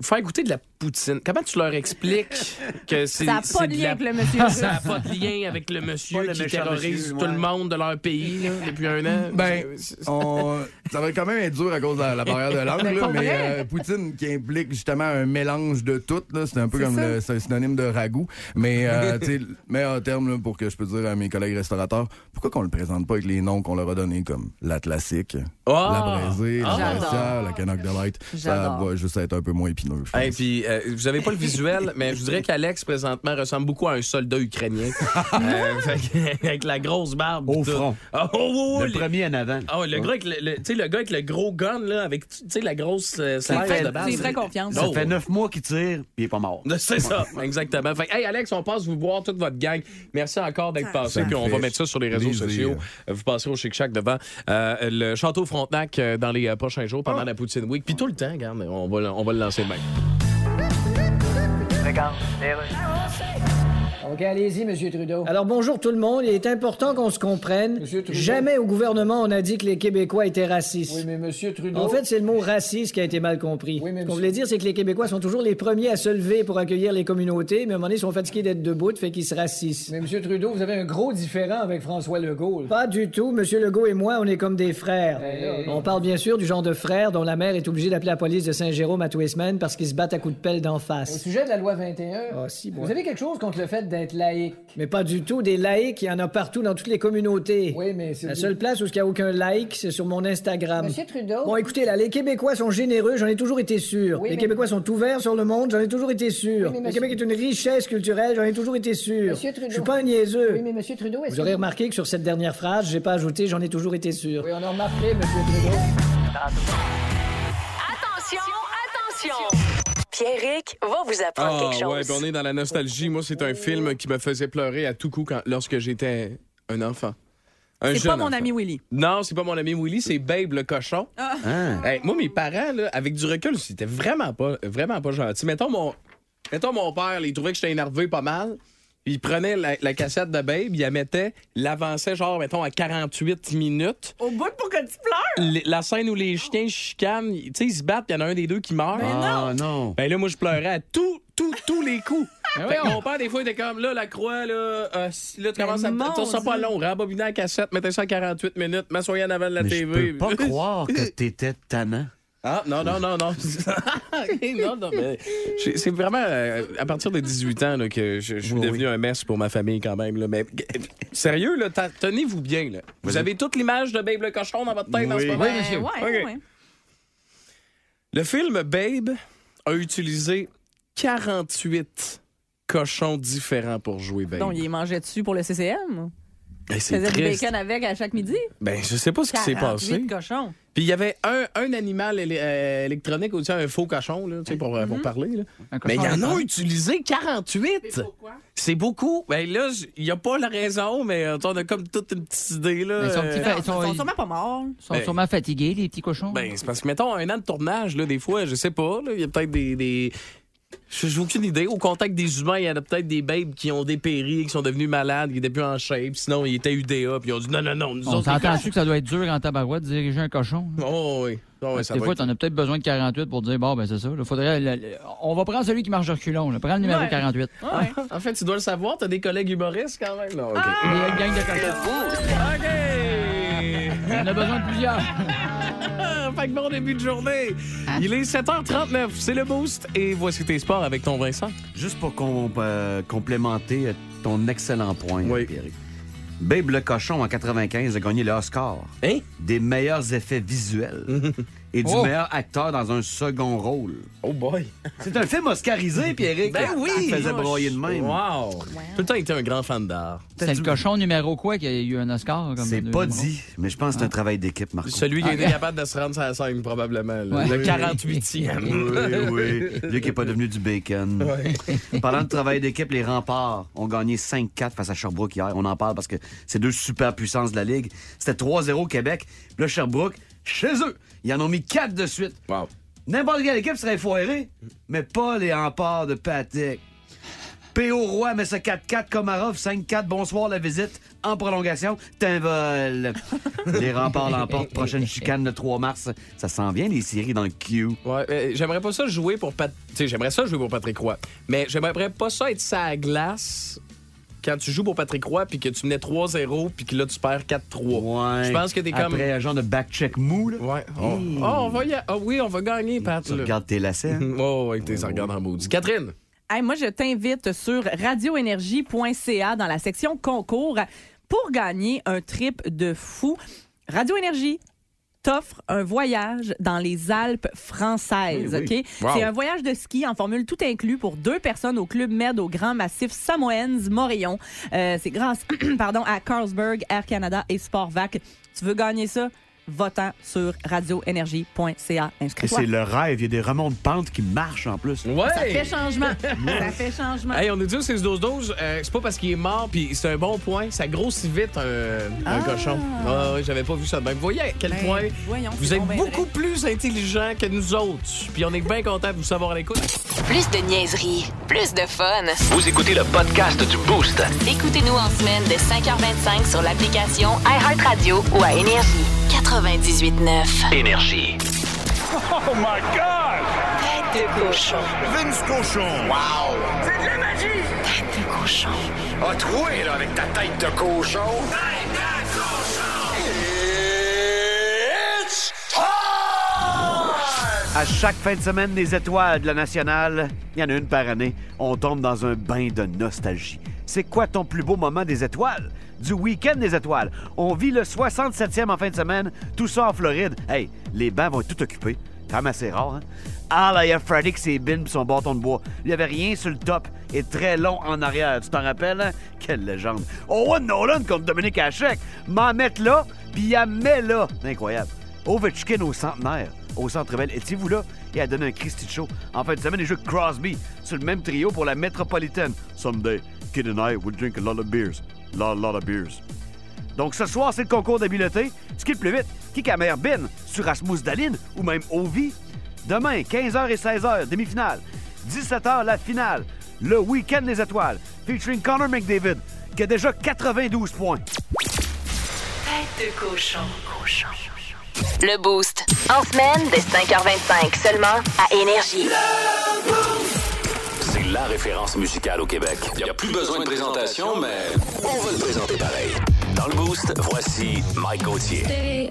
C: vous faire goûter de la poutine. Comment tu leur expliques que c'est
E: Ça n'a
C: c'est
E: pas de
C: de
E: lien
C: la-
E: avec le monsieur. russe.
C: Ça n'a pas de lien avec le monsieur
D: Pas le
C: qui
D: méchant
C: terrorise
D: monsieur,
C: tout
D: ouais.
C: le monde de leur pays là, depuis un an.
K: Ben, on- ça va quand même être dur à cause de la, la barrière de langue, là, mais euh, Poutine qui implique justement un mélange de tout, là, c'est un peu comme le- c'est un synonyme de ragoût. Mais euh, tu sais, le meilleur terme là, pour que je peux dire à mes collègues restaurateurs, pourquoi qu'on le présente pas avec les noms qu'on leur a donnés comme la classique,
C: Ah!
K: la braisée, la
E: J'adore.
K: brassière, la canoc de light, ça
E: J'adore.
K: va juste être un peu moins épineux. je pense.
C: Et puis, euh, vous avez pas le visuel, mais je dirais qu'Alex, présentement, ressemble beaucoup à un soldat ukrainien. Euh, fait que- avec la grosse barbe.
D: Au
C: pis tout.
D: front.
C: Ah, oh, oh, oh,
D: Le
C: les-
D: premier en avant.
C: Ah ouais, le, gars avec le, le- tu sais, le gars avec le gros gun, là, avec tu sais, la grosse euh,
E: Tu lui
C: slice
E: fais-
C: de
E: tu lui
C: base.
E: ferais confiance.
C: Non.
D: Ça fait neuf mois qu'il tire, puis il est pas mort.
C: C'est ça, exactement. Fait que, hey Alex, on passe vous voir toute votre gang. Merci encore d'être passé.
K: fait
C: Puis on va mettre ça sur les réseaux
K: plaisir.
C: sociaux. Euh, Vous passerez au Chic Shack devant euh, le Château Frontenac euh, dans les euh, prochains jours pendant la Poutine Week. Puis tout le temps, regarde, on va, le- on va le lancer demain.
G: OK, allez-y, Monsieur Trudeau.
H: Alors bonjour tout le monde, il est important qu'on se comprenne.
G: Monsieur Trudeau.
H: Jamais au gouvernement on a dit que les Québécois étaient racistes.
G: Oui, mais Monsieur Trudeau.
H: En fait, c'est le mot raciste qui a été mal compris.
G: Oh. Oui, mais
H: Ce qu'on
G: monsieur-
H: voulait dire, c'est que les Québécois sont toujours les premiers à se lever pour accueillir les communautés, mais à un moment donné, ils sont fatigués d'être debout, fait qu'ils se racissent.
G: mais Monsieur Trudeau, vous avez un gros différent avec François Legault. là.
H: Pas du tout. Monsieur Legault et moi, on est comme des frères.
G: Ben là,
H: on parle bien sûr du genre de frère dont la mère est obligée d'appeler la police de Saint-Jérôme à tous les semaines parce qu'ils se battent à coups de pelle d'en
G: Au
H: face.
G: sujet de la loi 21,
H: Ah, si, moi.
G: vous avez quelque chose contre le fait d'être laïque.
H: Mais pas du tout. Des laïcs, il y en a partout dans toutes les communautés.
G: Oui, mais c'est...
H: La seule place où il n'y a aucun like, c'est sur mon Instagram.
G: Monsieur Trudeau.
H: Bon, écoutez, là, les Québécois sont généreux, j'en ai toujours été sûr.
G: Oui,
H: les
G: mais-
H: Québécois sont ouverts sur le monde, j'en ai toujours été sûr.
G: Oui, mais
H: Le
G: monsieur-
H: Québec est une richesse culturelle, j'en ai toujours été sûr.
G: Monsieur Trudeau.
H: Je suis pas un niaiseux.
G: Oui, mais Monsieur Trudeau, est-ce
H: Vous aurez
G: que-
H: remarqué que sur cette dernière phrase, j'ai pas ajouté j'en ai toujours été sûr.
G: Oui, on a remarqué, Monsieur Trudeau.
A: Attention, attention! Pierrick va vous apprendre quelque
C: Ah, ouais,
A: chose.
C: puis on est dans la nostalgie. Moi, c'est un film qui me faisait pleurer à tout coup quand, lorsque j'étais un enfant. Un
E: C'est
C: jeune
E: pas mon
C: enfant.
E: ami Willy. Ah.
C: Non, c'est pas mon ami Willy, c'est Babe le cochon.
D: Hein?
C: Hey, moi, mes parents, là, avec du recul, c'était vraiment pas, vraiment pas gentil. Mettons mon, mettons mon père, là, il trouvait que j'étais énervé pas mal. Il prenait la, la cassette de Babe, il la mettait, l'avançait genre, mettons, à 48 minutes.
E: Au bout pour que tu pleures.
C: L- la scène où les chiens chicanent, ils- tu sais, ils se battent, il y en a un des deux qui meurt.
D: Ah non!
C: Ben là, moi, je pleurais à tout, tout, tous les coups.
F: Ben
E: Ah
C: Fait que
F: voyons.
C: mon père, des fois, il était comme, là, la croix, là, euh, si- là tu commences à...
E: Ben mon
C: Ça sera pas
E: Dieu.
C: long, rembobiner la cassette, mettez ça à 48 minutes, m'assoyez en avant de la
D: Mais je
C: TV.
D: peux pas croire que t'étais tannant.
C: Ah, non, non, non, non. Ah, non, non, mais j'ai- C'est vraiment euh, à partir de 18 ans là, que je, je suis devenu un mess pour ma famille quand même. Là, mais sérieux, là, ta- tenez-vous bien. Là. Vous avez toute l'image de Babe le cochon dans votre tête en ce
D: Oui.
C: moment.
D: Oui,
E: Euh, ouais,
C: OK.
E: ouais.
C: Le film Babe a utilisé 48 cochons différents pour jouer Babe.
E: Donc, il mangeait dessus pour le CCM.
C: Ben,
E: Il
C: c'est
E: faisait du
C: triste.
E: bacon avec à chaque midi.
C: Ben, je sais pas ce qui s'est
E: 48
C: passé.
E: cochons.
C: Puis il y avait un, un animal éle- euh, électronique aussi, un faux cochon, là, tu sais, pour, euh, pour parler. là.
F: Mm-hmm. Un
C: Mais il y
F: cochon à
C: en a
F: l'écran.
C: utilisé 48. C'est beaucoup. Ben là, j- il n'y a pas la raison, mais euh, on a comme toute une petite idée. Là,
F: Mais ils sont
C: Euh,
F: petits
E: Non,
F: Ils
E: ils
F: sont-
E: sont sûrement pas morts.
F: Ils sont
C: Ben-
F: sûrement fatigués, les petits cochons.
C: ben, c'est parce que, mettons, un an de tournage, là, des fois, je sais pas, là, il y a peut-être des, des, Je J'ai aucune idée. Au contact des humains, il y en a peut-être des babes qui ont dépéri, qui sont devenus malades, qui étaient plus en shape. Sinon, ils étaient UDA, puis ils ont dit non, non, non, nous
F: On
C: autres. les
F: s'entend
C: gars-
F: que ça doit être dur en tabarouette de diriger un cochon.
C: Oh, oui. Oh, oui, ça
F: des
C: va
F: fois,
C: être-
F: t'en as peut-être besoin de 48 pour dire, bon, ben c'est ça. là, faudrait, le- le- on va prendre celui qui marche de reculons. là. Prends le numéro
E: Ouais.
F: 48.
E: Ouais.
C: En fait, tu dois le savoir, t'as des collègues humoristes quand même. Non, ok.
F: Il y a une gang de cochons.
C: OK!
F: On a besoin de plusieurs.
C: fait que bon début de journée. Il est 7h39, c'est le boost et voici tes sports avec ton Vincent.
D: Juste pour com- euh, complémenter ton excellent point,
C: Oui.
D: Pierrick. Babe le cochon en 95 a gagné le Oscar
C: Hein?
D: des meilleurs effets visuels et du
F: Oh.
D: meilleur acteur dans un second rôle.
C: Oh boy.
D: C'est un film oscarisé, Pierrick.
C: Ben oui.
D: Il faisait broyer de même.
C: Wow. Tout le temps, il était un grand fan d'art.
F: C'est le cochon numéro quoi qui a eu un Oscar? comme
D: C'est
F: deux
D: pas
F: numéros?
D: dit, mais je pense que c'est un travail d'équipe, Marco.
C: Ah. Celui qui a été capable de se rendre sur la scène, probablement. là.
F: Ah. Ouais.
C: Le 48e.
D: Oui, oui. Lui qui n'est pas devenu du bacon. Parlant de travail d'équipe, les remparts ont gagné 5-4 face à Sherbrooke hier. On en parle parce que c'est deux super puissances de la Ligue. C'était 3-0 Québec. Puis là, Sherbrooke, chez eux, ils en ont mis 4 de suite.
C: Wow.
D: N'importe quelle équipe serait foirée, mais pas les remparts de Patrick. P.O. Roy met ce 4-4, Komarov 5-4, bonsoir la visite, en prolongation, t'involes. les remparts l'emportent, prochaine chicane le 3 mars. Ça s'en vient, les séries dans le Q.
C: Ouais, euh, j'aimerais pas ça jouer pour Pat... tu sais, j'aimerais ça jouer pour Patrick Roy, mais j'aimerais pas ça être sa glace quand tu joues pour Patrick Roy puis que tu menais 3-0 puis que là tu perds 4-3.
D: Ouais.
C: Je pense que t'es comme
D: Après, un genre de back-check mou, là.
C: Ouais. Oh,
D: Hey.
C: Oh, on va y a- ah oui, on va gagner Pat.
D: Tu
C: là.
D: regardes tes lacets. hein?
C: Oh, ouais, t'es ça regarde en maudit. Catherine.
E: Hey, moi, je t'invite sur radioénergie.ca dans la section concours pour gagner un trip de fou. Radio Énergie t'offre un voyage dans les Alpes françaises.
D: Oui, oui.
E: OK?
C: Wow.
E: C'est un voyage de ski en formule tout inclus pour deux personnes au Club Med au Grand Massif Samoens Morillon. Euh, C'est grâce pardon, à Carlsberg, Air Canada et Sportvac. Tu veux gagner ça? Votant sur radioénergie.ca.
D: Et
E: Inscris-toi.
D: c'est le rêve. Il y a des remontes pentes qui marchent en plus.
E: Ça fait
C: Ouais.
E: changement. Ça fait changement.
C: Hey, on est dit au 6 12 12 Euh, c'est pas parce qu'il est mort puis c'est un bon point, ça grossit vite un, un cochon. Ah, ouais, j'avais pas vu ça de même. Vous voyez à quel
E: Ben,
C: point
E: voyons,
C: vous
E: c'est
C: êtes
E: donc ben
C: beaucoup plus intelligents que nous autres. Puis on est bien contents de vous savoir à l'écoute.
A: Plus de niaiserie, plus de fun.
B: Vous écoutez le podcast du Boost.
A: Écoutez-nous en semaine de 5h25 sur l'application iHeartRadio ou à Énergie. 98.9.
B: Énergie.
A: Tête de cochon.
J: Vince Cochon. Wow! C'est de la magie!
A: Tête de cochon.
J: A troué, là, avec ta tête de cochon. Tête de cochon! It's time!
D: À chaque fin de semaine des étoiles de la nationale, il y en a une par année, on tombe dans un bain de nostalgie. C'est quoi ton plus beau moment des étoiles? Du week-end des étoiles. On vit le 67e en fin de semaine, tout ça en Floride. Hey, les bancs vont être tout occupés. Quand même assez rare, hein? Ah, là, il y a Freddy avec ses bines pis son bâton de bois. Il n'y avait rien sur le top et très long en arrière. Tu t'en rappelles, hein? Quelle légende. Owen Nolan contre Dominique Hachek. M'en mettre là, puis il la met là. Incroyable. Ovechkin au centenaire, au Centre Bell. Étiez-vous là? Et a donné un Christy de show. En fin de semaine, les jeux Crosby sur le même trio pour la métropolitaine. Someday, Kid and I will drink a lot of beers. Lot, lot of beers. Donc ce soir, c'est le concours d'habileté. Ce qui est le plus vite, qui est la meilleure bine sur Rasmus Dalin ou même Ovi. Demain, 15h et 16h, demi-finale. 17h, la finale. Le week-end des étoiles, featuring Connor McDavid, qui a déjà 92 points.
A: Tête de cochon. Le Boost. En semaine de 5h25 seulement à Énergie.
B: C'est la référence musicale au Québec. Il n'y a plus besoin de présentation, mais on va le présenter pareil. Dans le Boost, voici Mike Gauthier.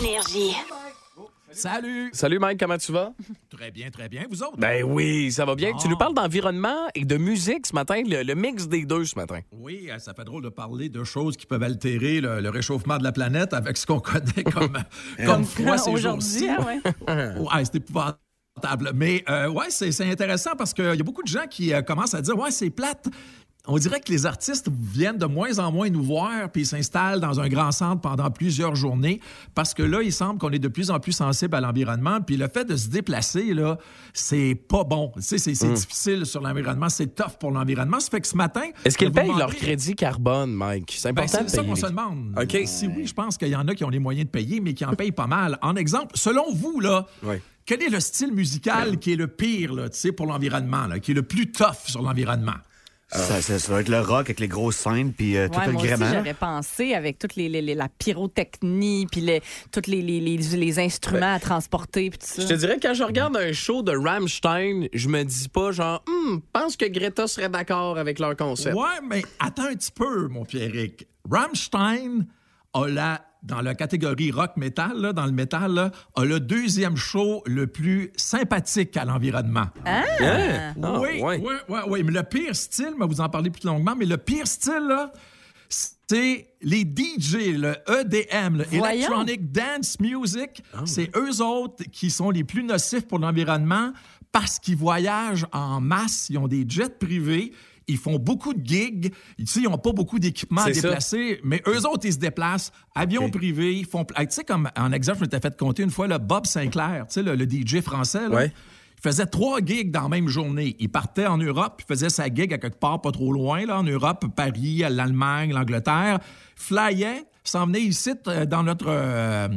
A: Énergie.
L: Salut!
C: Salut Mike, comment tu vas?
L: Très bien, très bien. Vous autres?
C: Ben oui, ça va bien. Tu nous parles d'environnement et de musique ce matin, le, le mix des deux ce matin.
L: Oui, euh, ça fait drôle de parler de choses qui peuvent altérer le, le réchauffement de la planète avec ce qu'on connaît comme, comme froid ces
E: Aujourd'hui,
L: jours-ci.
E: ah ouais.
L: Ouais, c'est épouvantable. Mais euh, ouais, c'est c'est intéressant parce qu'il y a beaucoup de gens qui euh, commencent à dire Ouais, c'est plate. On dirait que les artistes viennent de moins en moins nous voir, puis ils s'installent dans un grand centre pendant plusieurs journées, parce que là, il semble qu'on est de plus en plus sensible à l'environnement, puis le fait de se déplacer, là, c'est pas bon. Tu sais, c'est c'est difficile sur l'environnement, c'est tough pour l'environnement. Ça fait que ce matin...
C: Est-ce qu'ils
L: je vais
C: payent
L: vous
C: leur
L: demander-
C: crédit carbone, Mike? C'est
L: ben,
C: important
L: c'est
C: de
L: ça
C: payer
L: qu'on
C: les-
L: se demande. Euh,
C: OK.
L: Si oui, je pense qu'il y en a qui ont les moyens de payer, mais qui en payent pas mal. En exemple, selon vous, là,
C: Oui.
L: Quel est le style musical qui est le pire là, tu sais, pour l'environnement, là, qui est le plus tough sur l'environnement?
D: Ça, ça, ça va être le rock avec les grosses scènes puis euh, tout
E: Ouais,
D: le
E: moi
D: gréement.
E: aussi, j'aurais pensé avec toute les, les- les- la pyrotechnie, puis les, tous les, les, les, les instruments à transporter, puis tout ça.
C: Je te dirais, quand je regarde un show de Rammstein, je me dis pas genre, Hmm, pense que Greta serait d'accord avec leur concept.
L: Ouais, mais attends un petit peu, mon Pierrick. Rammstein a la, dans la catégorie rock metal, là, dans le métal, là, a le deuxième show le plus sympathique à l'environnement.
E: Ah!
L: Hein?
E: Ah,
L: oui,
E: ouais.
L: oui, oui, oui. Mais le pire style, mais vous en parlez plus longuement, mais le pire style, là, c'est les DJ, le EDM, le
E: Voyons.
L: Electronic Dance Music.
C: Ah
L: C'est eux autres qui sont les plus nocifs pour l'environnement parce qu'ils voyagent en masse, ils ont des jets privés. Ils font beaucoup de gigs. Tu sais, ils n'ont pas beaucoup d'équipements à
C: C'est ça.
L: déplacer, mais eux autres, ils se déplacent. Avions privés, ils font. Ah, Tu sais, comme en exemple, je m'étais fait compter une fois, le Bob Sinclair, tu sais, le, le DJ français, là, il faisait trois gigs dans la même journée. Il partait en Europe, il faisait sa gig à quelque part pas trop loin, là, en Europe, Paris, l'Allemagne, l'Angleterre. Flyait, s'en venait ici euh, dans notre, euh,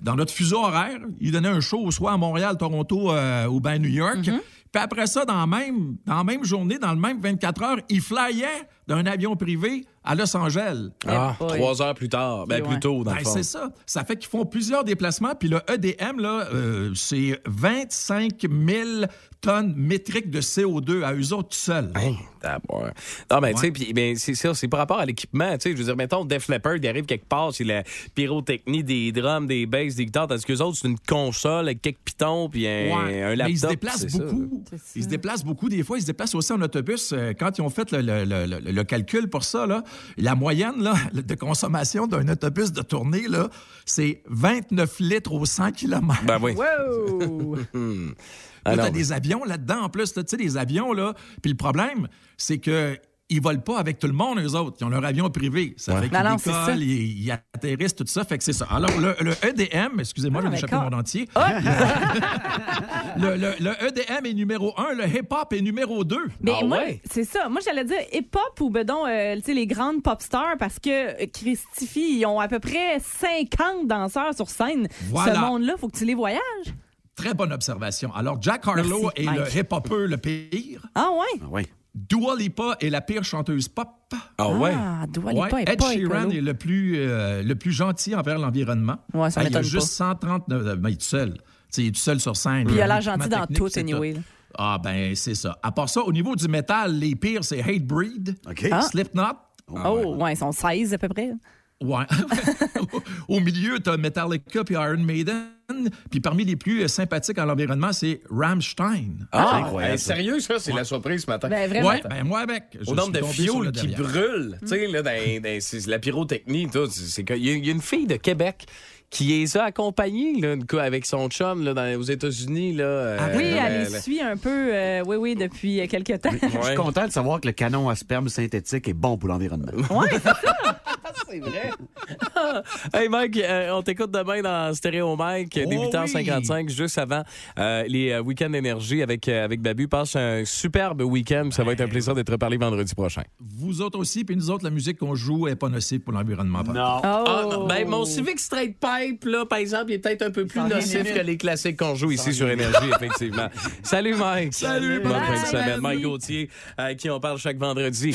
L: dans notre fuseau horaire. Il donnait un show soit à Montréal, Toronto euh, ou bien New York. Puis après ça, dans la, même, dans la même journée, dans le même 24 heures, il flyait d'un avion privé à Los Angeles.
C: Ah, trois heures plus tard. Ben, plus tôt, dans le
L: Ben,
C: fond.
L: C'est ça. Ça fait qu'ils font plusieurs déplacements. Puis le EDM, là, euh, c'est 25 000 tonnes métriques de CO2 à eux autres tout seuls.
C: Hein? D'abord. Non, mais tu sais, puis, ben, c'est ça, c'est par rapport à l'équipement. Tu sais, je veux dire, mettons, Def Leppard, il arrive quelque part, c'est la pyrotechnie des drums, des basses, des guitares, tandis qu'eux autres, c'est une console avec quelques pitons, puis un,
L: Ouais,
C: un laptop.
L: mais ils se
C: c'est
L: déplacent
C: ça,
L: beaucoup. ils se déplacent beaucoup. Des fois, ils se déplacent aussi en autobus. Euh, Quand ils ont fait le, le- le- le- le calcul pour ça, là, la moyenne là, de consommation d'un autobus de tournée, là, c'est 29 litres au 100 km.
C: Ben oui. Ah
L: Wow! Là, t'as des avions là-dedans, en plus, là, tu sais, des avions, là. Puis le problème, c'est que ils volent pas avec tout le monde, eux autres. Ils ont leur avion privé. Ça
E: Ouais.
L: fait qu'ils
E: Ben non, c'est ça.
L: décollent, ils, ils atterrissent, tout ça. Fait que c'est ça. Alors, le, le EDM, excusez-moi,
E: Ah,
L: j'ai
E: mais Ah!
L: échappé
E: quand-
L: mon entier. le, le- le EDM est numéro un, le hip-hop est numéro deux.
E: Mais moi, c'est ça. Moi, j'allais dire hip-hop ou, ben donc, euh, tu sais, les grandes pop stars parce que euh, Christifie, ils ont à peu près 50 danseurs sur scène.
L: Voilà.
E: Ce monde-là, faut que tu les voyages.
L: Très bonne observation. Alors, Jack Harlow
E: Merci,
L: est
E: Mike.
L: le hip-hopper le pire.
E: Ah ouais?
D: Oui.
L: Dua Lipa est la pire chanteuse pop.
E: Ah ouais? Ah, Dua Lipa est
L: Ed
E: pas
L: Sheeran
E: écolo.
L: est le plus, euh, le plus gentil envers l'environnement.
E: Ouais, ça
L: Ah, Il a
E: m'étonne
L: juste 139... euh, ben, il est tout seul. Tu sais, il est tout seul sur scène.
E: Puis il a l'air
L: Hum.
E: gentil dans
L: Technique,
E: tout,
L: c'est
E: anyway, là.
L: Ah ben, c'est ça. À part ça, au niveau du métal, les pires, c'est Hatebreed,
E: Ah.
L: Slipknot.
E: oh, ouais. ils sont 16 à peu près.
L: Ouais. Au milieu, t'as Metallica puis Iron Maiden. Puis parmi les plus euh, sympathiques à l'environnement, c'est Rammstein.
C: Ah, hey, sérieux, ça, c'est la surprise ce matin.
L: Ben, vraiment. Ouais, ben, moi avec. Je
C: Au
L: suis
C: nombre de
L: tombé sur
C: fioles
L: le
C: qui
L: derrière.
C: brûlent. Tu
L: Mm.
C: sais, là, dans- dans- c'est la pyrotechnie, tout. c'est- c'est que- Il y, a- il y a une fille de Québec qui les a accompagnés, là, une co- avec son chum, là, dans- aux États-Unis, là.
L: Ah
C: euh,
E: oui,
C: là,
E: elle
C: là.
E: les suit un peu, euh, oui, oui, depuis euh, quelques temps.
D: Je suis content de savoir que le canon à sperme synthétique est bon pour l'environnement.
E: c'est vrai.
C: hey Mike, euh, on t'écoute demain dans Stéréo Mike dès 8h55, juste avant euh, les euh, week-ends énergie avec, euh, avec Babu. Passe un superbe week-end. Ça va être un plaisir d'être reparlé vendredi prochain.
L: Vous autres aussi, puis nous autres, la musique qu'on joue est pas nocive pour l'environnement. par
C: Non.
L: contre.
J: Oh.
C: Ah, ben, mon Civic Straight Pipe, là, par exemple, il est peut-être un peu plus
L: Sans rien
C: nocif
L: limite.
C: que les classiques qu'on joue ici sur Énergie, effectivement. Salut, Mike. Salut, bonne
B: bye.
C: fin de semaine. Mike Gauthier, à qui on parle chaque vendredi.